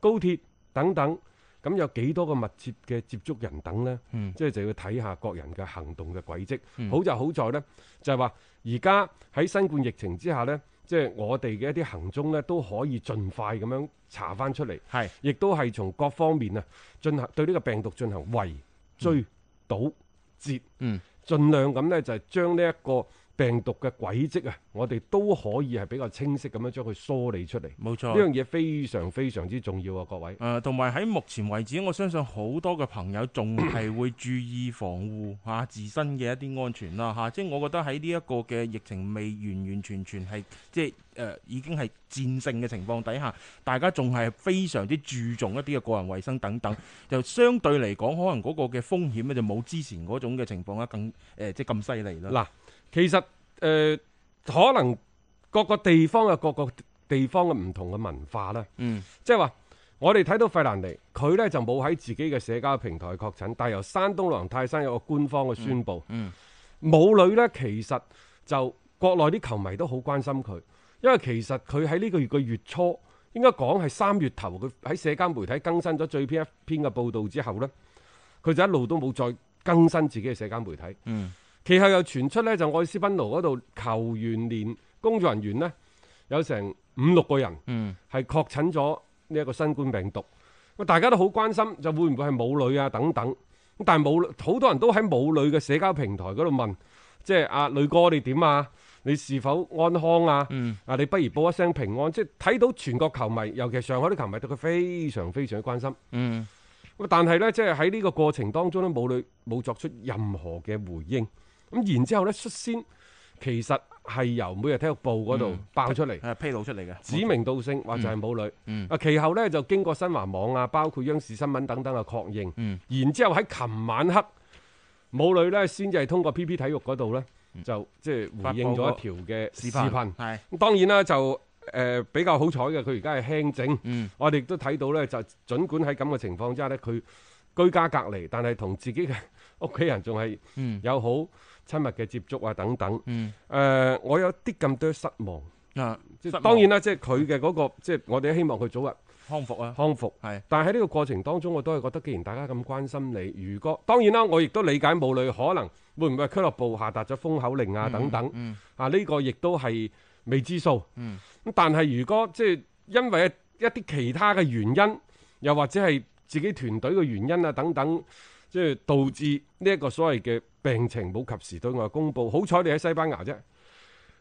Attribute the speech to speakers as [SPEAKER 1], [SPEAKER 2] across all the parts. [SPEAKER 1] 高鐵等等，咁有幾多個密切嘅接觸人等呢？
[SPEAKER 2] 嗯
[SPEAKER 1] 即係就要睇下各人嘅行動嘅軌跡。
[SPEAKER 2] 嗯
[SPEAKER 1] 好就好在呢，就係話而家喺新冠疫情之下呢，即係我哋嘅一啲行蹤呢，都可以盡快咁樣查翻出嚟。
[SPEAKER 2] 係。
[SPEAKER 1] 亦都係從各方面啊進行對呢個病毒進行圍追堵截，
[SPEAKER 2] 嗯，
[SPEAKER 1] 盡量咁呢就係將呢一個病毒嘅軌跡啊，我哋都可以係比較清晰咁樣將佢梳理出嚟。
[SPEAKER 2] 冇錯
[SPEAKER 1] 呢。樣嘢非常非常之重要啊，各位。
[SPEAKER 2] 誒，呃同埋喺目前為止，我相信好多嘅朋友 仲係會注意防護嚇、自身嘅一啲安全啦嚇、即係我覺得喺呢一個嘅疫情未完完全全係即係誒、呃已經係戰勝嘅情況底下，大家仲係非常之注重一啲嘅個人衞生 等等，就相對嚟講，可能嗰個嘅風險咧就冇之前嗰種嘅情況咧更誒、呃即係咁犀利啦。
[SPEAKER 1] 嗱，其實誒、呃可能各個地方有各個地方嘅唔同嘅文化啦，
[SPEAKER 2] 嗯，
[SPEAKER 1] 即係話我哋睇到費蘭尼，佢呢就冇喺自己嘅社交平台確診，但係由山東狼泰山有個官方嘅宣佈，
[SPEAKER 2] 嗯
[SPEAKER 1] 母女呢其實就國內啲球迷都好關心佢，因為其實佢喺呢個月嘅月初，應該講係三月頭，佢喺社交媒體更新咗最篇一篇嘅報導之後呢，佢就一路都冇再更新自己嘅社交媒體。
[SPEAKER 2] 嗯，
[SPEAKER 1] 其後又傳出呢，就愛斯賓奴嗰度球員連工作人員呢，有成五六個人
[SPEAKER 2] 嗯
[SPEAKER 1] 係確診咗呢一個新冠病毒，咁大家都好關心，就會唔會係母女啊等等。咁但係母女好多人都喺母女嘅社交平台嗰度問，即係啊女哥你點啊？你是否安康啊？
[SPEAKER 2] 嗯
[SPEAKER 1] 啊你不如報一聲平安。即係睇到全國球迷，尤其係上海啲球迷對佢非常非常之關心。
[SPEAKER 2] 嗯
[SPEAKER 1] 咁但係呢，即係喺呢個過程當中呢，母女冇作出任何嘅回應。咁然之後呢，率先其實係由每日體育部嗰度
[SPEAKER 2] 嗯
[SPEAKER 1] 爆出嚟，
[SPEAKER 2] 誒披露出嚟嘅
[SPEAKER 1] 指名道姓話就係母女。
[SPEAKER 2] 嗯
[SPEAKER 1] 啊，其後呢，就經過新華網啊，包括央視新聞等等嘅確認。
[SPEAKER 2] 嗯
[SPEAKER 1] 然之後喺琴晚黑，母女呢先至係通過 PP 體育嗰度呢，就即係
[SPEAKER 2] 嗯發
[SPEAKER 1] 回
[SPEAKER 2] 布
[SPEAKER 1] 應咗
[SPEAKER 2] 個
[SPEAKER 1] 一條嘅
[SPEAKER 2] 視
[SPEAKER 1] 視
[SPEAKER 2] 頻
[SPEAKER 1] 頻。
[SPEAKER 2] 係
[SPEAKER 1] 咁當然啦，就誒、呃比較好彩嘅，佢而家係輕症。
[SPEAKER 2] 嗯
[SPEAKER 1] 我哋亦都睇到咧，就儘管喺咁嘅情況之下咧，佢居家隔離，但係同自己嘅屋企人仲係
[SPEAKER 2] 嗯
[SPEAKER 1] 有好親密嘅接觸啊等等。誒、呃
[SPEAKER 2] 嗯
[SPEAKER 1] 我有啲咁多失望。
[SPEAKER 2] 啊，
[SPEAKER 1] 即
[SPEAKER 2] 失望
[SPEAKER 1] 係當然啦，即係佢嘅嗰個，即係我哋希望佢早日
[SPEAKER 2] 康復啊，
[SPEAKER 1] 康復。
[SPEAKER 2] 係
[SPEAKER 1] 但係喺呢個過程當中，我都係覺得，既然大家咁關心你，如果當然啦，我亦都理解母女可能會唔會係俱樂部下達咗封口令啊等等，啊呢、個亦都係未知數。咁、但係如果即係因為一啲其他嘅原因，又或者係自己團隊嘅原因啊等等，即係導致呢一個所謂嘅病情冇及時對外公佈。好彩你喺西班牙啫，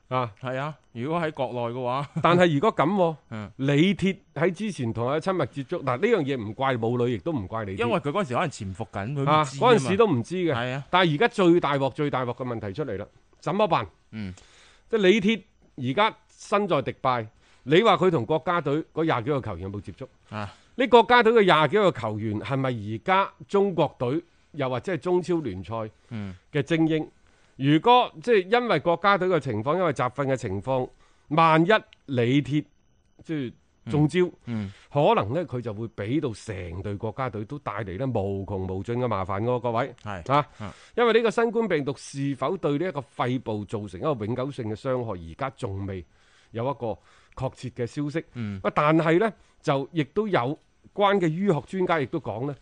[SPEAKER 1] 啊！
[SPEAKER 2] 係啊，如果喺國內嘅話，
[SPEAKER 1] 但係如果咁喎、
[SPEAKER 2] 嗯
[SPEAKER 1] 李鐵喺之前同佢親密接觸，嗱呢樣嘢唔怪母女，亦都唔怪李鐵，
[SPEAKER 2] 因為佢嗰陣時可能潛伏緊，佢
[SPEAKER 1] 啊
[SPEAKER 2] 唔知
[SPEAKER 1] 嗰陣時
[SPEAKER 2] 都
[SPEAKER 1] 都唔知嘅。
[SPEAKER 2] 係啊，
[SPEAKER 1] 但係而家最大鑊、最大鑊嘅問題出嚟啦，怎麼辦？
[SPEAKER 2] 嗯，
[SPEAKER 1] 即係李鐵而家身在迪拜，你話佢同國家隊嗰廿幾個球員有冇接觸？
[SPEAKER 2] 啊，
[SPEAKER 1] 呢國家隊嘅廿幾個球員係咪而家中國隊又或者係中超聯賽
[SPEAKER 2] 嗯
[SPEAKER 1] 嘅精英？如果即係因為國家隊嘅情況，因為集訓嘅情況，萬一李鐵即係中招，
[SPEAKER 2] 嗯
[SPEAKER 1] 可能呢，佢就會俾到成隊國家隊都帶嚟呢無窮無盡嘅麻煩㗎喎，各位。
[SPEAKER 2] 係
[SPEAKER 1] 啊
[SPEAKER 2] 嗯，
[SPEAKER 1] 因為呢個新冠病毒是否對呢一個肺部造成一個永久性嘅傷害，而家仲未有一個確切嘅消息。
[SPEAKER 2] 嗯
[SPEAKER 1] 啊，但係呢，就亦都有關嘅醫學專家亦都講呢，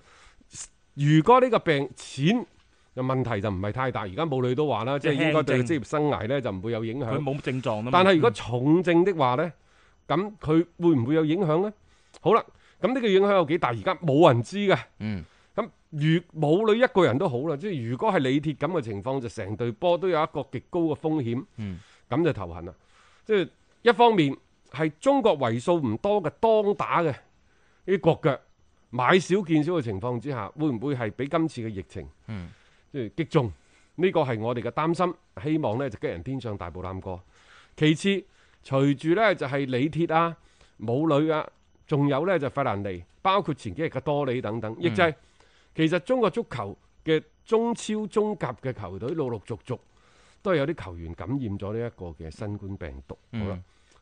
[SPEAKER 1] 如果呢個病淺，就問題就唔係太大。而家母女都話啦，即
[SPEAKER 2] 即
[SPEAKER 1] 係
[SPEAKER 2] 係
[SPEAKER 1] 應該對
[SPEAKER 2] 輕症
[SPEAKER 1] 職業生涯呢就唔會有影
[SPEAKER 2] 佢
[SPEAKER 1] 響。
[SPEAKER 2] 冇症狀啊嘛，
[SPEAKER 1] 但係如果重症的話呢，咁佢會唔會有影響呢？好啦，咁呢個影響有幾大？而家冇人知嘅。
[SPEAKER 2] 嗯
[SPEAKER 1] 咁如母女一個人都好啦，即係如果係李鐵咁嘅情況，就成隊波都有一個極高嘅風險，咁、
[SPEAKER 2] 嗯
[SPEAKER 1] 就頭痕啦。即係一方面係中國為數唔多嘅當打嘅呢啲國腳買少見少嘅情況之下，會唔會係俾今次嘅疫情、
[SPEAKER 2] 嗯
[SPEAKER 1] 即係擊中？呢個係我哋嘅擔心，希望呢就吉人天上大步攬過。其次，隨住呢就係李鐵啊、母女啊，仲有呢就費蘭尼，包括前幾日嘅多里等
[SPEAKER 2] 嗯
[SPEAKER 1] 等，亦就係、其實中國足球嘅中超、中甲嘅球隊陸陸續續都係有啲球員感染咗呢一個嘅新冠病毒。
[SPEAKER 2] 嗯
[SPEAKER 1] 好啦，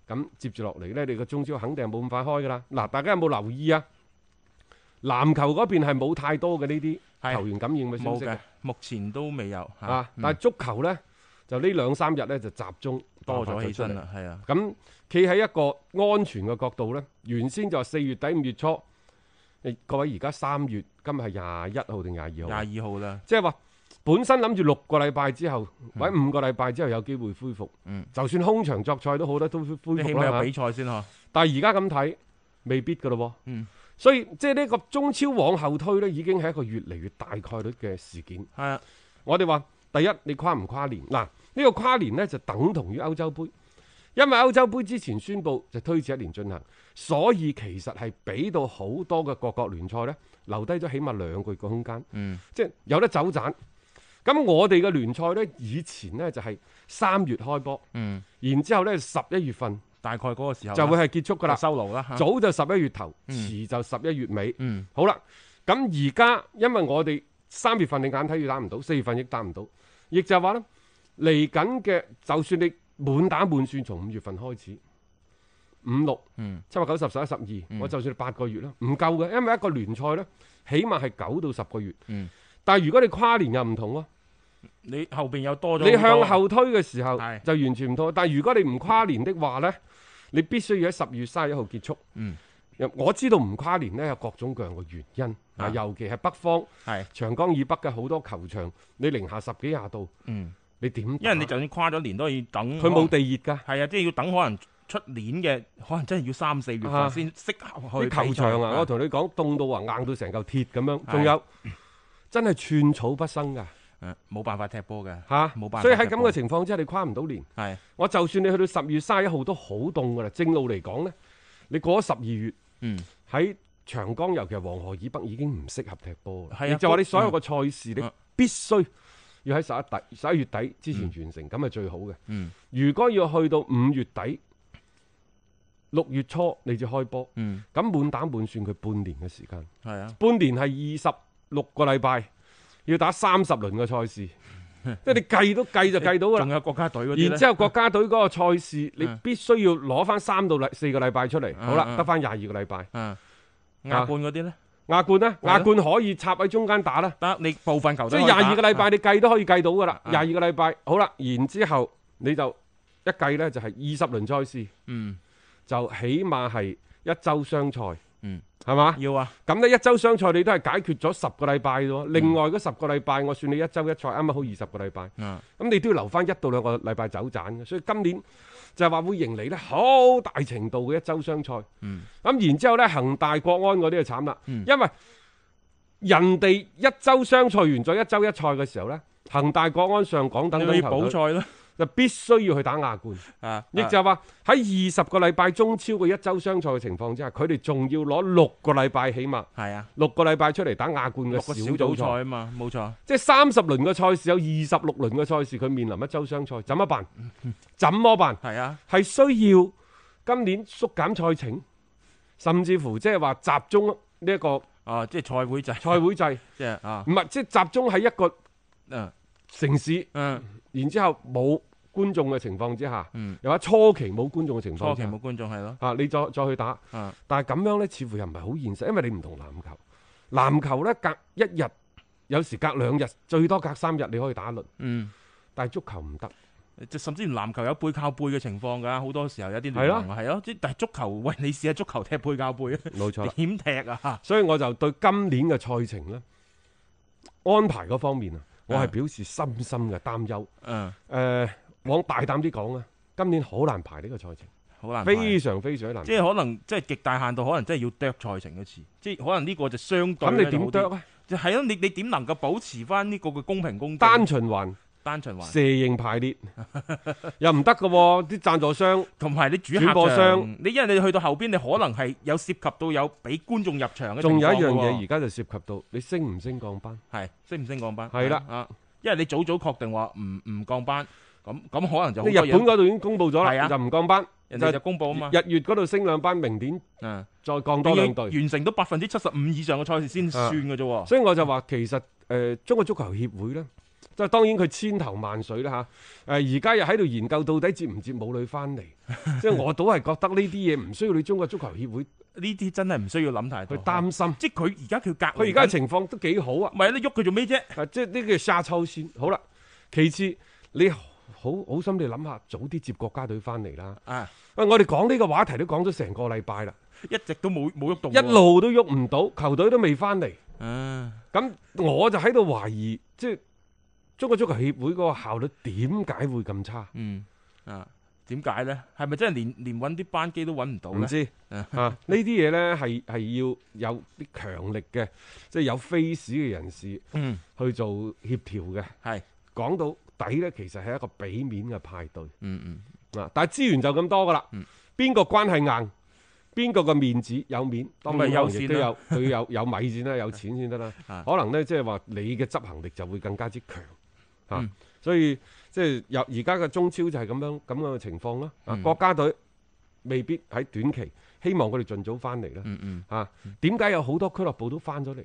[SPEAKER 1] 咁接住落嚟呢，你個中超肯定係冇咁快開㗎啦。嗱，大家有冇留意啊？籃球嗰邊係冇太多嘅呢啲
[SPEAKER 2] 係
[SPEAKER 1] 球員感染嘅消
[SPEAKER 2] 嗯冇
[SPEAKER 1] 息嘅
[SPEAKER 2] 嘅，目前都未有嚇
[SPEAKER 1] 啊！
[SPEAKER 2] 嗯
[SPEAKER 1] 但係足球呢，就呢兩三日呢，就集中
[SPEAKER 2] 多
[SPEAKER 1] 爆
[SPEAKER 2] 咗
[SPEAKER 1] 發
[SPEAKER 2] 起
[SPEAKER 1] 出嚟
[SPEAKER 2] 身啦，係啊，
[SPEAKER 1] 咁企喺一個安全嘅角度呢，原先就話四月底五月初，誒各位而家三月，今日係廿一號定廿二號啊？
[SPEAKER 2] 廿二號啦，
[SPEAKER 1] 即係話本身諗住六個禮拜之後，或者五個禮拜之後有機會恢復。
[SPEAKER 2] 嗯
[SPEAKER 1] 就算空場作賽都好啦，都恢
[SPEAKER 2] 你起
[SPEAKER 1] 復
[SPEAKER 2] 碼有
[SPEAKER 1] 啦
[SPEAKER 2] 比
[SPEAKER 1] 嚇。
[SPEAKER 2] 賽先嗬，
[SPEAKER 1] 但係而家咁睇，未必噶咯喎。
[SPEAKER 2] 嗯
[SPEAKER 1] 所以即係呢個中超往後推呢，已經係一個越嚟越大概率嘅事件。
[SPEAKER 2] 係啊，
[SPEAKER 1] 我哋話第一，你跨唔跨年？嗱，呢、個跨年呢，就等同於歐洲杯，因為歐洲杯之前宣布就推遲一年進行，所以其實係俾到好多嘅各國聯賽呢，留低咗起碼兩個月嘅空間。
[SPEAKER 2] 嗯
[SPEAKER 1] 即係有得走盞。咁我哋嘅聯賽呢，以前呢就係三月開波，
[SPEAKER 2] 嗯，
[SPEAKER 1] 然之後呢十一月份
[SPEAKER 2] 大概嗰個時候
[SPEAKER 1] 就會
[SPEAKER 2] 啦
[SPEAKER 1] 係結束㗎啦
[SPEAKER 2] 就。收爐啦嚇，
[SPEAKER 1] 早就十一月頭，
[SPEAKER 2] 啊嗯
[SPEAKER 1] 遲就十一月尾。
[SPEAKER 2] 嗯
[SPEAKER 1] 好啦，咁而家因為我哋三月份你眼睇要打唔到，四月份亦打唔到，亦就係話呢，嚟緊嘅就算你滿打滿算，從五月份開始，五六
[SPEAKER 2] 嗯
[SPEAKER 1] 七八九十十一十二，我就算八個月啦，唔夠嘅，因為一個聯賽呢，起碼係九到十個月。
[SPEAKER 2] 嗯
[SPEAKER 1] 但係如果你跨年又唔同喎、
[SPEAKER 2] 你後邊又多咗好多，
[SPEAKER 1] 你向後推嘅時候
[SPEAKER 2] 係
[SPEAKER 1] 就完全唔同，但係如果你唔跨年的話呢，你必須要喺十月三十一號結束。
[SPEAKER 2] 嗯，
[SPEAKER 1] 我知道唔跨年呢，有各種各樣嘅原因，啊，
[SPEAKER 2] 啊
[SPEAKER 1] 尤其係北方
[SPEAKER 2] 係
[SPEAKER 1] 長江以北嘅好多球場，你零下十幾廿度，
[SPEAKER 2] 嗯。
[SPEAKER 1] 你點打？
[SPEAKER 2] 因為你就算跨咗年都要等，
[SPEAKER 1] 佢冇地熱㗎，
[SPEAKER 2] 係啊，即係要等可能出年嘅，可能真係要三四月
[SPEAKER 1] 啊
[SPEAKER 2] 份先適合去
[SPEAKER 1] 啲
[SPEAKER 2] 比
[SPEAKER 1] 球場
[SPEAKER 2] 賽
[SPEAKER 1] 啊，我同你講凍到啊硬到成嚿鐵咁樣，
[SPEAKER 2] 係
[SPEAKER 1] 仲有真係寸草不生
[SPEAKER 2] 誒
[SPEAKER 1] 㗎
[SPEAKER 2] 啊冇辦法踢波嘅，
[SPEAKER 1] 嚇，
[SPEAKER 2] 冇辦法
[SPEAKER 1] 所以喺咁嘅
[SPEAKER 2] 踢
[SPEAKER 1] 情況之下，你跨唔到年。
[SPEAKER 2] 波係
[SPEAKER 1] 我就算你去到十月三十一號都好凍㗎啦，正路嚟講呢，你過咗十二月，
[SPEAKER 2] 嗯，
[SPEAKER 1] 喺長江尤其係黃河以北已經唔適合踢波啦。
[SPEAKER 2] 係啊
[SPEAKER 1] 亦就話你所有嘅賽事，你
[SPEAKER 2] 嗯
[SPEAKER 1] 必須要喺十一底十一月底之前完成，咁係最好嘅。
[SPEAKER 2] 嗯
[SPEAKER 1] 如果要去到五月底、六月初你至開波，
[SPEAKER 2] 嗯
[SPEAKER 1] 咁滿打滿算佢半年嘅時間，
[SPEAKER 2] 係啊，
[SPEAKER 1] 半年係二十六個禮拜，要打三十輪嘅賽事，即係你計都計就計到㗎啦
[SPEAKER 2] 仲。有國家隊嗰啲
[SPEAKER 1] 然之
[SPEAKER 2] 咧，
[SPEAKER 1] 後國家隊嗰個賽事，你
[SPEAKER 2] 嗯
[SPEAKER 1] 必須要攞翻三到四個禮拜出嚟。
[SPEAKER 2] 嗯
[SPEAKER 1] 好啦，
[SPEAKER 2] 嗯
[SPEAKER 1] 得翻廿二個禮拜。
[SPEAKER 2] 啊，亞冠嗰啲咧，
[SPEAKER 1] 亞冠呢，
[SPEAKER 2] 係
[SPEAKER 1] 亞
[SPEAKER 2] 咯
[SPEAKER 1] 冠可以插喺中間打啦。
[SPEAKER 2] 得你部分球
[SPEAKER 1] 即
[SPEAKER 2] 隊
[SPEAKER 1] 係
[SPEAKER 2] 可以
[SPEAKER 1] 廿
[SPEAKER 2] 打
[SPEAKER 1] 二個禮拜
[SPEAKER 2] 啊
[SPEAKER 1] 你計都可以計到㗎啦。
[SPEAKER 2] 嗯
[SPEAKER 1] 廿二個禮拜，好啦，然之後你就一計呢，就係二十輪賽事，
[SPEAKER 2] 嗯
[SPEAKER 1] 就起碼係一周雙賽。
[SPEAKER 2] 嗯，
[SPEAKER 1] 係嘛？
[SPEAKER 2] 要啊，
[SPEAKER 1] 咁呢一周雙賽你都係解決咗十個禮拜咯。另外嗰十個禮拜，我算你一周一賽，啱啱好二十個禮拜。
[SPEAKER 2] 啊
[SPEAKER 1] 咁你都要留翻一到兩個禮拜走盞嘅，所以今年就係話會迎嚟咧好大程度嘅一周雙賽。
[SPEAKER 2] 嗯，
[SPEAKER 1] 咁然之後咧，恒大、國安嗰啲就慘啦，
[SPEAKER 2] 嗯
[SPEAKER 1] 因為人哋一周雙賽完咗一周一賽嘅時候咧，恒大、國安、上港等
[SPEAKER 2] 你
[SPEAKER 1] 等
[SPEAKER 2] 要
[SPEAKER 1] 球
[SPEAKER 2] 補
[SPEAKER 1] 隊
[SPEAKER 2] 賽啦，
[SPEAKER 1] 就必須要去打亞冠，
[SPEAKER 2] 啊，
[SPEAKER 1] 亦
[SPEAKER 2] 啊
[SPEAKER 1] 就係話喺二十個禮拜中超嘅一周雙賽嘅情況之下，佢哋仲要攞六個禮拜起碼。
[SPEAKER 2] 係啊，
[SPEAKER 1] 六個禮拜出嚟打亞冠嘅
[SPEAKER 2] 六
[SPEAKER 1] 小
[SPEAKER 2] 個小
[SPEAKER 1] 組
[SPEAKER 2] 組賽
[SPEAKER 1] 賽，
[SPEAKER 2] 啊嘛，冇錯，
[SPEAKER 1] 即係三十輪嘅賽事有二十六輪嘅賽事，佢面臨一周雙賽，怎 麼辦？怎麼辦？
[SPEAKER 2] 係啊，
[SPEAKER 1] 係需要今年縮減賽程，甚至乎即係話集中呢一個
[SPEAKER 2] 啊，即係賽會制，
[SPEAKER 1] 賽 會制，
[SPEAKER 2] 即係啊
[SPEAKER 1] 唔，係即係集中喺一個
[SPEAKER 2] 嗯
[SPEAKER 1] 城市，
[SPEAKER 2] 嗯，
[SPEAKER 1] 然之後冇觀眾嘅情況之下，
[SPEAKER 2] 嗯
[SPEAKER 1] 又話初期冇觀眾嘅情況
[SPEAKER 2] 初
[SPEAKER 1] 之
[SPEAKER 2] 期
[SPEAKER 1] 下
[SPEAKER 2] 冇觀眾係咯，
[SPEAKER 1] 啊，你再再去打，
[SPEAKER 2] 啊
[SPEAKER 1] 但係咁樣呢，似乎又唔係好現實，因為你唔同籃球，籃球呢，隔一日，有時隔兩日，最多隔三日你可以打一輪，
[SPEAKER 2] 嗯。
[SPEAKER 1] 但係足球唔得。
[SPEAKER 2] 即甚至乎籃球有背靠背嘅情況㗎，好多時候有啲
[SPEAKER 1] 係
[SPEAKER 2] 聯
[SPEAKER 1] 咯
[SPEAKER 2] 盟係咯，即但係足球， 喂你試下足球踢背靠背啊，
[SPEAKER 1] 冇錯啦
[SPEAKER 2] 點踢啊？
[SPEAKER 1] 所以我就對今年嘅賽程呢，安排嗰方面啊，我係表示深深嘅擔憂。誒、呃
[SPEAKER 2] 嗯，
[SPEAKER 1] 往大膽啲講啊，今年好難排呢個賽程，
[SPEAKER 2] 好難排。
[SPEAKER 1] 非常非常之難排。
[SPEAKER 2] 即係可能即係極大限度，可能真係要剁賽程一次，即係可能呢個就相對
[SPEAKER 1] 咁
[SPEAKER 2] 咧
[SPEAKER 1] 你
[SPEAKER 2] 就好
[SPEAKER 1] 點
[SPEAKER 2] 啲
[SPEAKER 1] 啄？啊？
[SPEAKER 2] 就係咯，你你點能夠保持翻呢個嘅公平公正
[SPEAKER 1] 單循環、
[SPEAKER 2] 單循環，
[SPEAKER 1] 蛇形排列又唔得嘅喎，啲贊助商
[SPEAKER 2] 同埋你主客
[SPEAKER 1] 轉播
[SPEAKER 2] 場
[SPEAKER 1] 商
[SPEAKER 2] 你因為你去到後邊，你可能係有涉及到有俾觀眾入場嘅情
[SPEAKER 1] 仲
[SPEAKER 2] 況
[SPEAKER 1] 有
[SPEAKER 2] 㗎喎。
[SPEAKER 1] 一樣嘢，而家就涉及到你升唔升降班。
[SPEAKER 2] 係升唔升降班？
[SPEAKER 1] 係啦
[SPEAKER 2] 啊，因為你早早確定話唔唔降班，咁咁可能就好
[SPEAKER 1] 你日
[SPEAKER 2] 多
[SPEAKER 1] 本
[SPEAKER 2] 嘢，
[SPEAKER 1] 嗰度已經公布咗
[SPEAKER 2] 係啊
[SPEAKER 1] 啦，就唔降班。
[SPEAKER 2] 人哋就公佈啊嘛。
[SPEAKER 1] 日月嗰度升兩班，明年
[SPEAKER 2] 嗯，
[SPEAKER 1] 再降
[SPEAKER 2] 仲
[SPEAKER 1] 多
[SPEAKER 2] 要
[SPEAKER 1] 兩隊。啊
[SPEAKER 2] 完成到百分之七十五以上嘅賽事先算嘅啫喎。
[SPEAKER 1] 所以我就話其實誒、呃中國足球協會呢，即係當然佢千頭萬緒啦嚇。呃誒而家又喺度研究到底接唔接母女翻嚟， 即係我倒係覺得呢啲嘢唔需要你中國足球協會
[SPEAKER 2] 呢啲真係唔需要諗太
[SPEAKER 1] 去
[SPEAKER 2] 多。
[SPEAKER 1] 擔心。
[SPEAKER 2] 即係佢而家佢隔離
[SPEAKER 1] 佢而家嘅情況都幾好啊，
[SPEAKER 2] 唔係你喐佢做咩啫？
[SPEAKER 1] 啊即係呢個沙抽先。好啦，其次你好好心你諗下，早啲接國家隊翻嚟啦。
[SPEAKER 2] 啊，
[SPEAKER 1] 喂，我哋講呢個話題都講咗成個禮拜啦，
[SPEAKER 2] 一直都冇冇喐動
[SPEAKER 1] 一
[SPEAKER 2] 喎。
[SPEAKER 1] 路都喐唔到，球隊都未翻嚟。
[SPEAKER 2] 啊，
[SPEAKER 1] 咁我就喺度懷疑，即係中國足球協會嗰個效率點解會咁差？
[SPEAKER 2] 嗯啊，點解咧？係咪真係連連揾啲班機都揾唔到
[SPEAKER 1] 唔
[SPEAKER 2] 咧？
[SPEAKER 1] 知啊，呢啲嘢呢係係要有啲強力嘅，即係有 face 嘅人士
[SPEAKER 2] 嗯，
[SPEAKER 1] 去做協調嘅。
[SPEAKER 2] 係，
[SPEAKER 1] 講到底呢，其實係一個俾面嘅派對
[SPEAKER 2] 嗯嗯，
[SPEAKER 1] 啊，但係資源就咁多噶啦。邊個關係硬，邊個嘅面子有面，當然
[SPEAKER 2] 咪
[SPEAKER 1] 有
[SPEAKER 2] 優
[SPEAKER 1] 亦
[SPEAKER 2] 先
[SPEAKER 1] 都有
[SPEAKER 2] 啦
[SPEAKER 1] 佢有有米先啦，有錢先得啦。
[SPEAKER 2] 啊
[SPEAKER 1] 可能呢，即係話你嘅執行力就會更加之強
[SPEAKER 2] 嗯
[SPEAKER 1] 嚇，啊所以即係由而家嘅中超就係咁樣咁樣嘅情況啦。啊，
[SPEAKER 2] 嗯
[SPEAKER 1] 國家隊未必喺短期，希望佢哋盡早翻嚟啦。
[SPEAKER 2] 嗯嗯，
[SPEAKER 1] 啊，點解有好多俱樂部都翻咗嚟？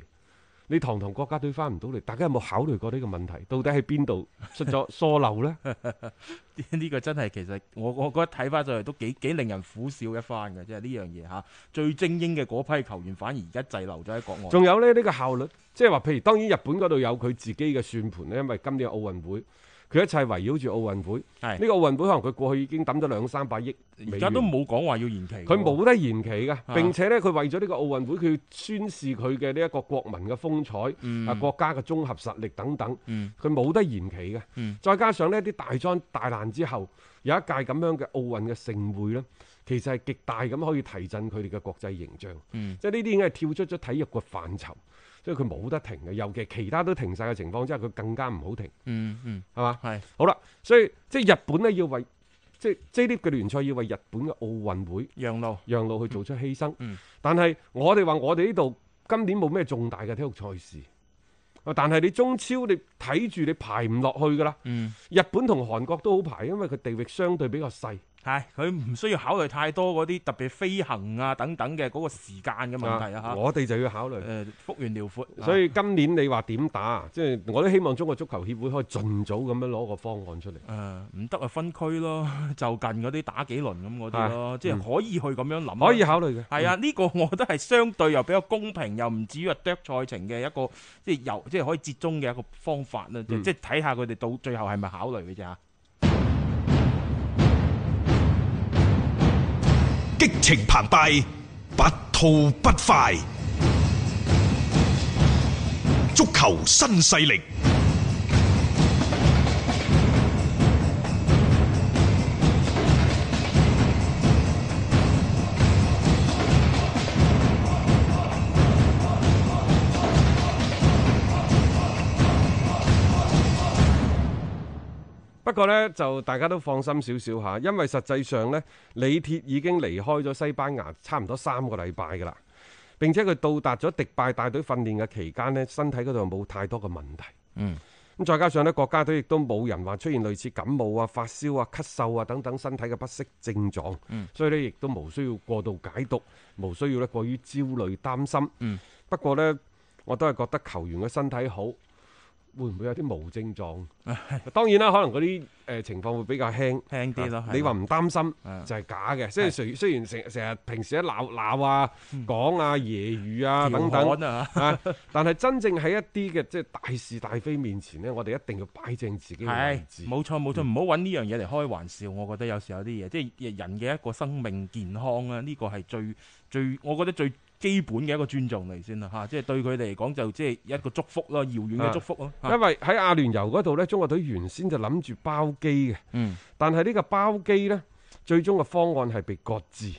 [SPEAKER 1] 你堂堂國家隊翻唔到嚟，大家有冇考慮過呢個問題？到底喺邊度出咗 疏漏呢？
[SPEAKER 2] 呢個真係其實我我覺得睇翻上嚟都幾幾令人苦笑一番嘅，即係呢樣嘢嚇。最精英嘅嗰批球員反而而家滯留咗喺國外。
[SPEAKER 1] 仲有咧呢、呢個效率，即係話譬如當然日本嗰度有佢自己嘅算盤咧，因為今年有奧運會，佢一切圍繞住奧運會。
[SPEAKER 2] 係
[SPEAKER 1] 呢個奧運會可能佢過去已經抌咗兩三百億美元，
[SPEAKER 2] 而家都冇講話要延期喎。
[SPEAKER 1] 佢冇得延期㗎。
[SPEAKER 2] 啊
[SPEAKER 1] 並且咧佢為咗呢個奧運會，佢要宣示佢嘅呢一個國民嘅風采，啊國家嘅綜合實力等等，
[SPEAKER 2] 嗯
[SPEAKER 1] 佢冇得延期嘅。再加上呢啲大災大難之後，有一屆咁樣嘅奧運嘅盛會咧，其實係極大咁可以提振佢哋嘅國際形象。
[SPEAKER 2] 嗯
[SPEAKER 1] 即係呢啲已經係跳出咗體育嘅範疇，所以佢冇得停嘅。尤其其他都停晒嘅情況之下，佢更加唔好停，
[SPEAKER 2] 嗯嗯，
[SPEAKER 1] 係嘛？
[SPEAKER 2] 係
[SPEAKER 1] 好啦，所以即係日本咧要為即係 J 聯嘅聯賽要為日本嘅奧運會
[SPEAKER 2] 讓路。
[SPEAKER 1] 讓路去做出犧牲。
[SPEAKER 2] 嗯
[SPEAKER 1] 但係我哋話我哋呢度今年冇咩重大嘅體育賽事，啊但係你中超你睇住你排唔落去㗎啦。
[SPEAKER 2] 嗯。
[SPEAKER 1] 日本同韓國都好排，因為佢地域相對比較細。
[SPEAKER 2] 係佢唔需要考慮太多嗰啲特別飛行啊等等嘅嗰個時間嘅問題啊嚇。啊
[SPEAKER 1] 我哋就要考慮。
[SPEAKER 2] 誒幅員遼闊，
[SPEAKER 1] 所
[SPEAKER 2] 以
[SPEAKER 1] 以今年你話點打？即係我都希望中國足球協會可以盡早咁樣攞個方案出嚟。
[SPEAKER 2] 誒唔得啊分區咯， 就近嗰啲打幾輪咁嗰啲咯，
[SPEAKER 1] 係
[SPEAKER 2] 即係
[SPEAKER 1] 嗯
[SPEAKER 2] 可以去咁樣諗。
[SPEAKER 1] 可以考慮嘅。
[SPEAKER 2] 係啊，呢個我覺得係相對又比較公平，又唔至於話啄賽程嘅一個即係由即係可以折中嘅一個方法啦。即
[SPEAKER 1] 嗯
[SPEAKER 2] 即係睇下佢哋到最後係咪考慮嘅啫。
[SPEAKER 3] 激情澎湃，不吐不快。足球新勢力，
[SPEAKER 1] 不過呢，就大家都放心少少嚇，因為實際上呢，李鐵已經離開咗西班牙差唔多三個禮拜㗎啦。並且佢到達咗迪拜大隊訓練嘅期間呢，身體嗰度冇太多嘅問題。嗯。咁再加上呢，國家隊亦都冇人話出現類似感冒啊、發燒啊、咳嗽啊等等身體嘅不適症狀。
[SPEAKER 2] 嗯
[SPEAKER 1] 所以呢，亦都無需要過度解讀，無需要呢過於焦慮擔心。
[SPEAKER 2] 嗯。
[SPEAKER 1] 不過呢，我都係覺得球員嘅身體好，會唔會有啲無 症狀？當然啦，可能嗰啲誒情況會比較輕
[SPEAKER 2] 輕啲咯
[SPEAKER 1] 啊
[SPEAKER 2] 係
[SPEAKER 1] 你話唔擔心
[SPEAKER 2] 啊
[SPEAKER 1] 就係假嘅，即係雖雖然成成日平時一鬧鬧啊、
[SPEAKER 2] 嗯
[SPEAKER 1] 講啊、揶揄啊等等
[SPEAKER 2] 調侃啊
[SPEAKER 1] 啊，但係真正喺一啲嘅即係大是大非面前呢，我哋一定要擺正自己嘅
[SPEAKER 2] 係
[SPEAKER 1] 位置。
[SPEAKER 2] 冇錯冇錯，唔好揾呢樣嘢嚟開玩笑。我覺得有時有啲嘢，即係人嘅一個生命健康啊，呢個係最最，我覺得最基本嘅一個尊重嚟先啦啊嚇。即係對佢哋嚟講就即係一個祝福咯，遙遠嘅祝福咯。嚇
[SPEAKER 1] 因為喺阿聯酋嗰度呢，中國隊原先就諗住包機嘅，
[SPEAKER 2] 嗯
[SPEAKER 1] 但係呢個包機呢，最終嘅方案係被擱置，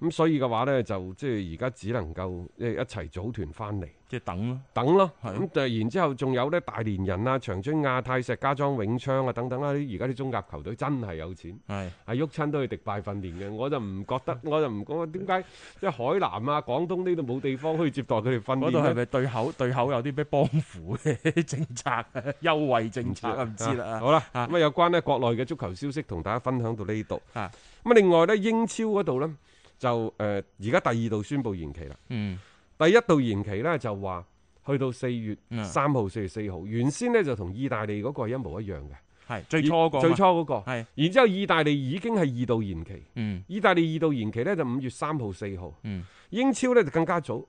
[SPEAKER 1] 咁所以嘅話呢，就即係而家只能夠即係一齊組團翻嚟。
[SPEAKER 2] 即係等咯。
[SPEAKER 1] 等咯，
[SPEAKER 2] 係
[SPEAKER 1] 咁但係然之後仲有咧大連人啊、長春亞泰、石家莊永昌啊等等啦，啲而家啲中甲球隊真係有錢，
[SPEAKER 2] 係
[SPEAKER 1] 係喐親都去迪拜訓練嘅，我就唔覺
[SPEAKER 2] 嗯
[SPEAKER 1] 得，我就唔覺得點解即係海南啊、廣東呢度冇地方可以接待佢哋訓
[SPEAKER 2] 嗰度係
[SPEAKER 1] 練呢
[SPEAKER 2] 咪對口對口有啲咩幫扶嘅政策啊優惠政 策啊？唔知啦
[SPEAKER 1] 啊
[SPEAKER 2] 啊。
[SPEAKER 1] 好啦，
[SPEAKER 2] 啊
[SPEAKER 1] 咁啊有關呢國內嘅足球消息同大家分享到呢度。
[SPEAKER 2] 啊
[SPEAKER 1] 咁啊另外呢，英超嗰度呢，就誒呃而家第二度宣布延期啦。
[SPEAKER 2] 嗯
[SPEAKER 1] 第一度延期呢，就話去到四月
[SPEAKER 2] 嗯
[SPEAKER 1] 三號、四月四號，原先呢，就同意大利嗰個係一模一樣嘅。
[SPEAKER 2] 係最初嗰個
[SPEAKER 1] 最
[SPEAKER 2] 嘛
[SPEAKER 1] 初嗰個
[SPEAKER 2] 係
[SPEAKER 1] 然之後意大利已經係二度延期，
[SPEAKER 2] 嗯
[SPEAKER 1] 意大利二度延期呢，就五月三號、四號，
[SPEAKER 2] 嗯
[SPEAKER 1] 英超呢，就更加早，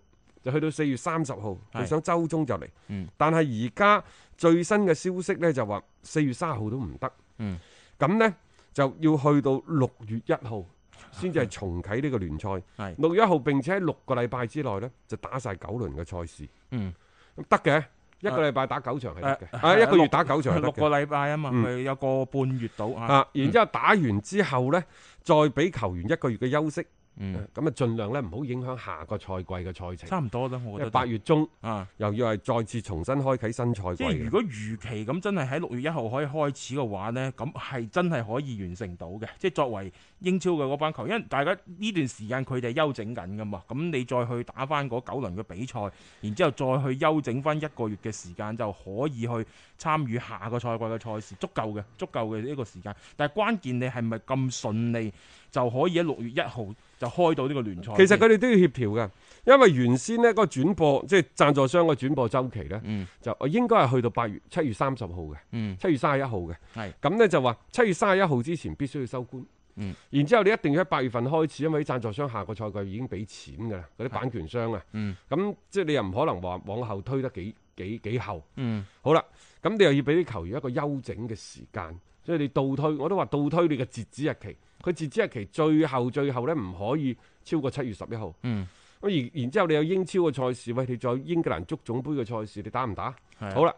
[SPEAKER 1] 就去到四月三十號，
[SPEAKER 2] 係
[SPEAKER 1] 佢想周中就嚟，
[SPEAKER 2] 嗯
[SPEAKER 1] 但係而家最新嘅消息呢，就話四月三十號都唔得，
[SPEAKER 2] 嗯
[SPEAKER 1] 咁呢，就要去到六月一號先至係重啟呢個聯賽
[SPEAKER 2] 係，
[SPEAKER 1] 六月一號並且喺六個禮拜之內呢，就打晒九輪嘅賽事，
[SPEAKER 2] 嗯
[SPEAKER 1] 咁得嘅。一個禮拜打九場係得
[SPEAKER 2] 誒
[SPEAKER 1] 嘅，啊一個
[SPEAKER 2] 六
[SPEAKER 1] 月打九場係得
[SPEAKER 2] 六
[SPEAKER 1] 嘅
[SPEAKER 2] 個。禮拜啊嘛，
[SPEAKER 1] 嗯
[SPEAKER 2] 佢有個半月到啊。
[SPEAKER 1] 啊，然之後打完之後呢，再俾球員一個月嘅休息，咁
[SPEAKER 2] 嗯
[SPEAKER 1] 啊，盡量呢唔好影響下個賽季嘅賽程。
[SPEAKER 2] 差唔多啦，我
[SPEAKER 1] 因
[SPEAKER 2] 覺
[SPEAKER 1] 為
[SPEAKER 2] 得
[SPEAKER 1] 八月中
[SPEAKER 2] 啊，
[SPEAKER 1] 又要係再次重新開啟新賽季
[SPEAKER 2] 即係如
[SPEAKER 1] 嘅。
[SPEAKER 2] 果如期咁真係喺六月一號可以開始嘅話呢，咁係真係可以完成到嘅。即係作為英超嘅嗰班球員，因為大家呢段時間佢哋係休整緊噶嘛，咁你再去打翻嗰九輪嘅比賽，然之後再去休整翻一個月嘅時間，就可以去參與下個賽季嘅賽事，足夠嘅，足夠嘅呢個時間。但係關鍵你係咪咁順利就可以喺六月一號就開到呢個聯賽？
[SPEAKER 1] 其實佢哋都要協調嘅，因為原先呢嗰個轉播即係贊助商嘅轉播周期呢，
[SPEAKER 2] 嗯
[SPEAKER 1] 就呃應該係去到八月七月三十號嘅，
[SPEAKER 2] 嗯
[SPEAKER 1] 七月三十一號嘅。
[SPEAKER 2] 係
[SPEAKER 1] 咁呢就話七月三十一號之前必須要收官。
[SPEAKER 2] 嗯
[SPEAKER 1] 然之後你一定要喺八月份開始，因為啲贊助商下個賽季已經俾錢㗎啦，嗰啲版權商啊。
[SPEAKER 2] 嗯
[SPEAKER 1] 咁即係你又唔可能話往後推得幾幾幾後。
[SPEAKER 2] 嗯
[SPEAKER 1] 好啦，咁你又要俾啲球員一個休整嘅時間，所以你倒推，我都話倒推你嘅截止日期。佢截止日期最後最後呢唔可以超過七月十一號。
[SPEAKER 2] 嗯，
[SPEAKER 1] 咁而然之後你有英超嘅賽事，喂，你仲有英格蘭足總杯嘅賽事，你打唔打？
[SPEAKER 2] 係啊
[SPEAKER 1] 好啦。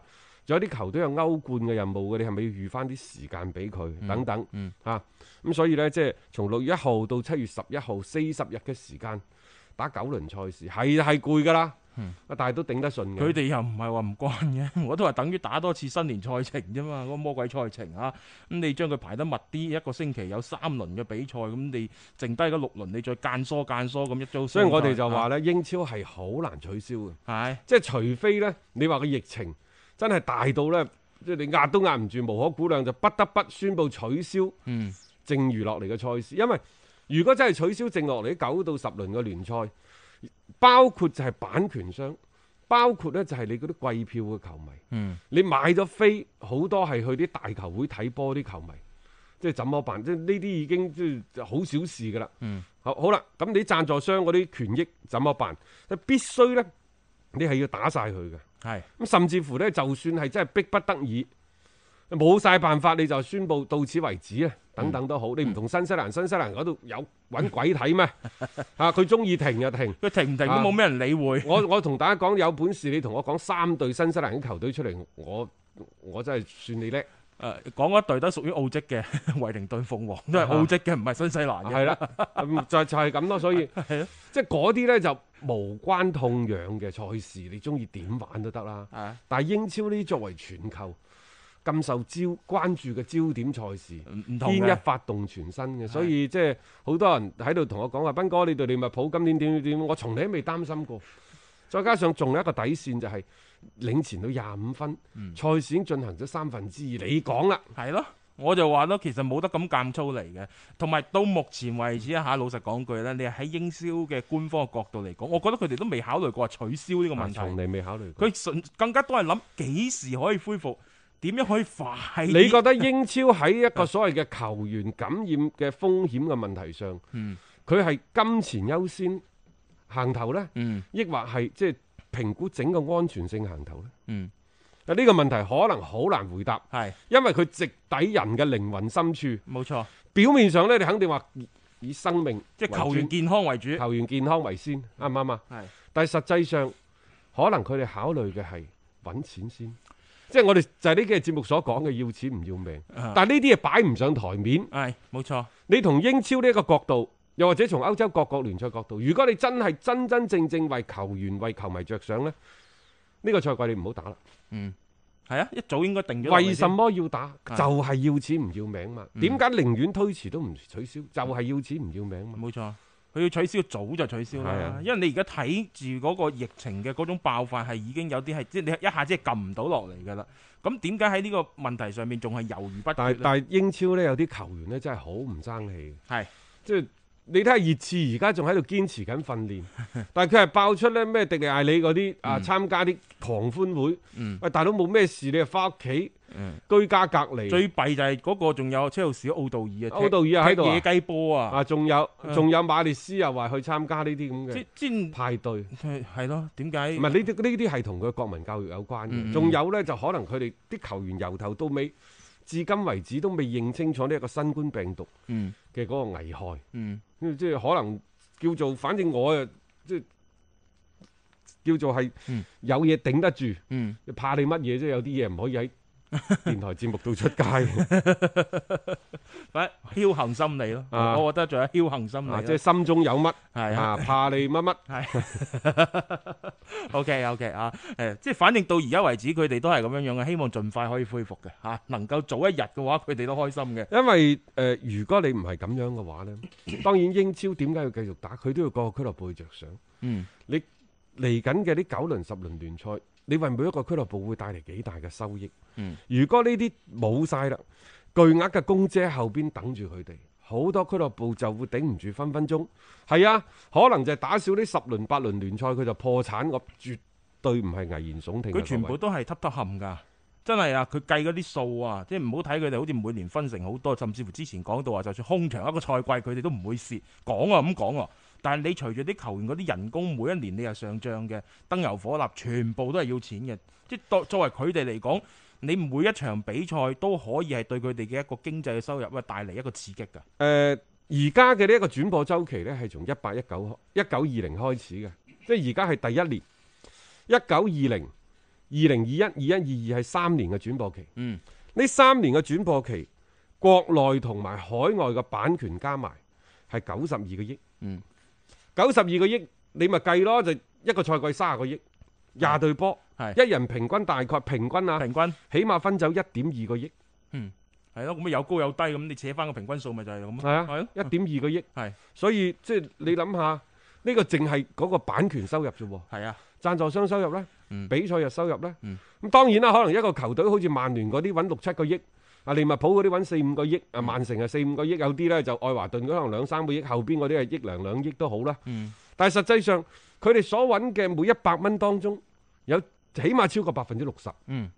[SPEAKER 1] 仲有啲球隊有歐冠嘅任務嘅，你係咪要預翻啲時間俾佢等等？
[SPEAKER 2] 嗯
[SPEAKER 1] 嚇咁、所以呢，即係從六月一號到七月十一號，四十日嘅時間打九輪賽事，係係攰㗎啦，啊但係都頂得順嘅。
[SPEAKER 2] 嗯佢哋又唔係話唔慣嘅，我 都話等於打多次新年賽程啫嘛，嗰個魔鬼賽程啊，咁你將佢排得密啲，一個星期有三輪嘅比賽，咁你剩低嗰六輪，你再間疏間疏咁一租。
[SPEAKER 1] 所以我哋就話咧，英超係好難取消嘅，
[SPEAKER 2] 係
[SPEAKER 1] 即係除非咧，你話個疫情真係大到咧，即係你壓都壓唔住，無可估量，就不得不宣布取消
[SPEAKER 2] 嗯
[SPEAKER 1] 剩餘落嚟嘅賽事，因為如果真係取消剩落嚟九到十輪嘅聯賽，包括就係版權商，包括呢就係你嗰啲季票嘅球迷，
[SPEAKER 2] 嗯，
[SPEAKER 1] 你買咗飛好多係去啲大球會睇波啲球迷，即係怎麼辦？即係呢啲已經即係好小事噶啦。
[SPEAKER 2] 嗯，
[SPEAKER 1] 好好啦，咁你贊助商嗰啲權益怎麼辦？必須呢，你係要打晒佢嘅。
[SPEAKER 2] 係
[SPEAKER 1] 咁甚至乎呢，就算係真係逼不得已，冇晒辦法，你就宣布到此為止啊！等等都好，你唔同新西蘭，新西蘭嗰度有揾鬼睇咩？啊，佢中意停就停。
[SPEAKER 2] 佢停唔停都冇咩人理會。
[SPEAKER 1] 我我同大家講，有本事你同我講三隊新西蘭嘅球隊出嚟，我我真係算你叻。
[SPEAKER 2] 誒講嗰一隊都屬於澳職嘅， 惠靈頓鳳凰都係澳職嘅，唔係新西蘭嘅。
[SPEAKER 1] 啊係啦， 咁就就係咁咯。所以
[SPEAKER 2] 啊
[SPEAKER 1] 即係嗰啲呢，就無關痛癢嘅賽事，你中意點玩都得啦。
[SPEAKER 2] 啊
[SPEAKER 1] 但係英超呢啲作為全球咁受焦關注嘅焦點賽事，
[SPEAKER 2] 唔唔同
[SPEAKER 1] 牽
[SPEAKER 2] 嘅
[SPEAKER 1] 一發動全身嘅，所以即係好多人喺度同我講話，斌哥你對利物浦今年點點點，我從嚟都未擔心過。再加上仲有一個底線就係領前到廿五分，
[SPEAKER 2] 嗯
[SPEAKER 1] 賽事已經進行咗三分之二，你講啦，
[SPEAKER 2] 係咯。我就話咯，其實冇得咁監粗嚟嘅，同埋到目前為止啊嚇，老實講句咧，你係喺英超嘅官方嘅角度嚟講，我覺得佢哋都未考慮過話取消呢個問題。
[SPEAKER 1] 啊從嚟未考慮過。
[SPEAKER 2] 佢純更加多係諗幾時可以恢復，點樣可以快 啲
[SPEAKER 1] 你覺得英超喺一個所謂嘅球員感染嘅風險嘅問題上，
[SPEAKER 2] 嗯
[SPEAKER 1] 佢係、金錢優先行頭呢？
[SPEAKER 2] 嗯
[SPEAKER 1] 抑或係即係評估整個安全性行頭呢？
[SPEAKER 2] 嗯，
[SPEAKER 1] 嗱呢個問題可能好難回答，
[SPEAKER 2] 係
[SPEAKER 1] 因為佢直抵人嘅靈魂深處。
[SPEAKER 2] 冇錯，
[SPEAKER 1] 表面上呢，你肯定話以以生命
[SPEAKER 2] 即
[SPEAKER 1] 為
[SPEAKER 2] 係球員
[SPEAKER 1] 尊
[SPEAKER 2] 健康為主。
[SPEAKER 1] 球員健康為先，啱唔啱啊？
[SPEAKER 2] 係
[SPEAKER 1] 但係實際上，可能佢哋考慮嘅係揾錢先，即係我哋就係呢幾日節目所講嘅要錢唔要命。
[SPEAKER 2] 啊
[SPEAKER 1] 但係呢啲嘢擺唔上台面，
[SPEAKER 2] 係冇錯，
[SPEAKER 1] 你同英超呢一個角度，又或者從歐洲各國聯賽角度，如果你真係真真正正為球員、為球迷着想呢，呢、個賽季你唔好打啦。
[SPEAKER 2] 係啊，一早應該定咗落嚟先。
[SPEAKER 1] 為什麼要打？就
[SPEAKER 2] 啊嗯
[SPEAKER 1] 係要錢唔要命嘛。點解寧願推遲都唔取消？就係要錢唔要命嘛。
[SPEAKER 2] 冇錯，佢要取消早就取消
[SPEAKER 1] 係
[SPEAKER 2] 啦
[SPEAKER 1] 啊，
[SPEAKER 2] 因為你而家睇住嗰個疫情嘅嗰種爆發係已經有啲係即係你一下子係撳唔到落嚟㗎啦。咁點解喺呢個問題上面仲係猶豫不
[SPEAKER 1] 但係
[SPEAKER 2] 決呢？
[SPEAKER 1] 但係英超呢，有啲球員呢真係好唔爭氣。
[SPEAKER 2] 係
[SPEAKER 1] 即係你睇下熱刺而家仲喺度堅持緊訓 練，但係佢係爆出咧咩迪尼艾里嗰啲啊參加啲狂歡會，
[SPEAKER 2] 嗯
[SPEAKER 1] 喂大佬冇咩事，你又翻屋企居家隔離，
[SPEAKER 2] 最弊就係嗰個仲有車路士奧道爾啊，
[SPEAKER 1] 歐道爾啊喺度
[SPEAKER 2] 踢
[SPEAKER 1] 啊
[SPEAKER 2] 野雞波啊，
[SPEAKER 1] 啊仲有
[SPEAKER 2] 嗯
[SPEAKER 1] 仲有馬列斯又話去參加呢啲咁嘅
[SPEAKER 2] 即即
[SPEAKER 1] 派對。
[SPEAKER 2] 係係咯，點解
[SPEAKER 1] 唔係呢啲呢啲係同佢國民教育有關
[SPEAKER 2] 嗯
[SPEAKER 1] 嘅，仲、有呢，就可能佢哋啲球員由頭到尾，至今為止都未認清楚呢一個新冠病毒
[SPEAKER 2] 嗯
[SPEAKER 1] 嘅嗰個危害。
[SPEAKER 2] 嗯
[SPEAKER 1] 嗯即係可能叫做，反正我啊，即係叫做係
[SPEAKER 2] 嗯
[SPEAKER 1] 有嘢頂得住，
[SPEAKER 2] 嗯
[SPEAKER 1] 怕你乜嘢啫？有啲嘢唔可以喺電台節目度出街，
[SPEAKER 2] 反僥倖心理咯，
[SPEAKER 1] 啊
[SPEAKER 2] 我覺得仲有僥倖心理
[SPEAKER 1] 啊
[SPEAKER 2] 咯，
[SPEAKER 1] 即係心中有乜
[SPEAKER 2] 係啊。
[SPEAKER 1] 啊，怕你乜乜。
[SPEAKER 2] O K O K 啊，誒，即係反正到而家為止，佢哋都係咁樣樣嘅，希望盡快可以恢復嘅嚇、能夠早一日嘅話，佢哋都開心嘅。
[SPEAKER 1] 因為誒、呃如果你唔係咁樣嘅話呢，當然英超點解要繼續打？佢都要各個俱樂部去着想。
[SPEAKER 2] 嗯，
[SPEAKER 1] 你嚟緊嘅呢九輪十輪聯賽，你為每一個俱樂部會帶嚟幾大嘅收益？
[SPEAKER 2] 嗯，
[SPEAKER 1] 如果呢啲冇晒啦，巨額嘅公姐後邊等住佢哋，好多俱樂部就會頂唔住，分分鐘係啊，可能就係打少呢十輪八輪聯賽，佢就破產。我絕對唔係危言聳聽嘅。
[SPEAKER 2] 佢全部
[SPEAKER 1] 各位
[SPEAKER 2] 都係揼揼冚㗎，真係啊！佢計嗰啲數啊，即係唔好睇佢哋好似每年分成好多，甚至乎之前講到話，就算空場一個賽季，佢哋都唔會蝕。講啊咁講喎，但係你隨住啲球員嗰啲人工每一年你又上漲嘅，燈油火蠟全部都係要錢嘅，即係作作為佢哋嚟講。你每一場比賽都可以係對佢哋嘅一個經濟嘅收入啊帶嚟一個刺激㗎。
[SPEAKER 1] 誒呃而家嘅呢一個轉播周期呢，係從一八一九一九二零開始嘅，即係而家係第一年，一九二零、二零二一、二一二二係三年嘅轉播期。
[SPEAKER 2] 嗯，
[SPEAKER 1] 呢三年嘅轉播期，國內同埋海外嘅版權加埋係九十二個億。
[SPEAKER 2] 嗯，
[SPEAKER 1] 九十二個億，你咪計咯，就一個賽季三十個億，廿隊波，
[SPEAKER 2] 係
[SPEAKER 1] 一人平均大概平均啊，
[SPEAKER 2] 平均。
[SPEAKER 1] 起碼分走一點二個億，
[SPEAKER 2] 係咯，咁啊咪有高有低，咁你扯翻個平均數咪就係咁
[SPEAKER 1] 係
[SPEAKER 2] 咯。
[SPEAKER 1] 啊
[SPEAKER 2] 係咯，
[SPEAKER 1] 一點二個億。
[SPEAKER 2] 係
[SPEAKER 1] 所以即係你諗下，呢個淨係嗰個版權收入啫喎，
[SPEAKER 2] 係啊，
[SPEAKER 1] 贊助商收入呢，
[SPEAKER 2] 嗯
[SPEAKER 1] 比賽日收入呢。
[SPEAKER 2] 嗯
[SPEAKER 1] 咁當然啦，可能一個球隊好似曼聯嗰啲揾六七個億，啊利物浦嗰啲揾四五個億，
[SPEAKER 2] 嗯
[SPEAKER 1] 啊曼城係四五個億，有啲呢就愛華頓嗰可能兩三個億，後邊嗰啲係億兩兩億都好啦。
[SPEAKER 2] 嗯
[SPEAKER 1] 但係實際上佢哋所揾嘅每一百蚊當中，有起碼超過百分之六十
[SPEAKER 2] 嗯，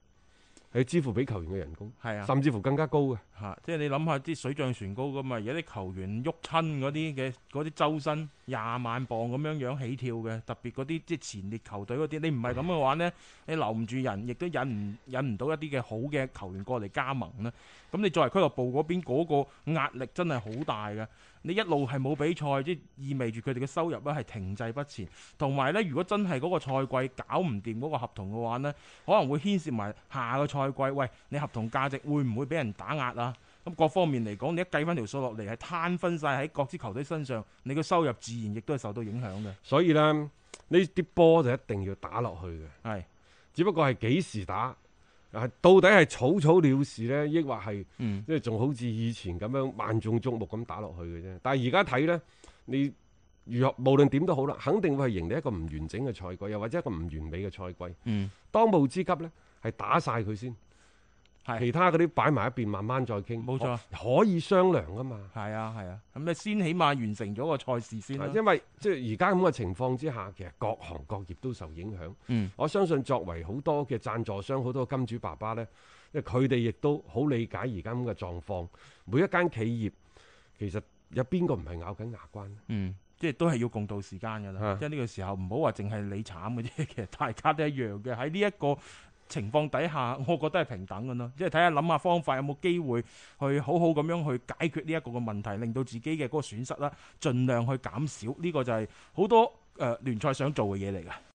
[SPEAKER 1] 係支付俾球員嘅人工，
[SPEAKER 2] 係啊，
[SPEAKER 1] 甚至乎更加高嘅。
[SPEAKER 2] 嚇！即係你諗下啲水漲船高噶嘛，而家啲球員喐親嗰啲嘅嗰啲周身廿萬磅咁樣樣起跳嘅，特別嗰啲即係前列球隊嗰啲，你唔係咁嘅話呢，你留唔住人，亦都引唔引唔到一啲嘅好嘅球員過嚟加盟呢。咁你作為俱樂部嗰邊嗰、個壓力真係好大嘅，你一路係冇比賽，即係意味住佢哋嘅收入咧係停滯不前，同埋呢，如果真係嗰個賽季搞唔掂嗰個合同嘅話呢。可能會牽涉埋下個賽季，喂，你合同價值會唔會俾人打壓啊？咁各方面嚟講，你一計翻條數落嚟，係攤分晒喺各支球隊身上，你嘅收入自然亦都係受到影響嘅。
[SPEAKER 1] 所以呢，呢啲波就一定要打落去嘅。
[SPEAKER 2] 係，
[SPEAKER 1] 只不過係幾時打，啊，到底係草草了事呢？抑或係
[SPEAKER 2] 嗯，
[SPEAKER 1] 即係仲好似以前咁樣萬眾矚目咁打落去嘅啫。但係而家睇呢，你如何無論點都好啦，肯定會係迎嚟一個唔完整嘅賽季，又或者一個唔完美嘅賽季。
[SPEAKER 2] 嗯，
[SPEAKER 1] 當務之急呢，係打晒佢先，
[SPEAKER 2] 係
[SPEAKER 1] 其他嗰啲擺埋一邊，慢慢再傾。
[SPEAKER 2] 冇錯
[SPEAKER 1] 可，可以商量噶嘛。
[SPEAKER 2] 係啊，係啊，咁你先起碼完成咗個賽事先啦
[SPEAKER 1] 啊。因為即係而家咁嘅情況之下，其實各行各業都受影響。
[SPEAKER 2] 嗯
[SPEAKER 1] 我相信作為好多嘅贊助商、好多金主爸爸呢，因為佢哋亦都好理解而家咁嘅狀況。每一間企業其實有邊個唔係咬緊牙關呢？
[SPEAKER 2] 嗯，即係都係要共度時間㗎啦
[SPEAKER 1] 啊。
[SPEAKER 2] 即係呢個時候唔好話淨係你慘嘅啫， 其實大家都一樣嘅。喺呢一個情況底下，我覺得係平等嘅咯。即係睇下諗下方法，有冇機會去好好咁樣去解決呢一個嘅問題，令到自己嘅嗰個損失啦，盡量去減少。呢、個就係好多誒、呃、聯賽想做嘅嘢嚟㗎。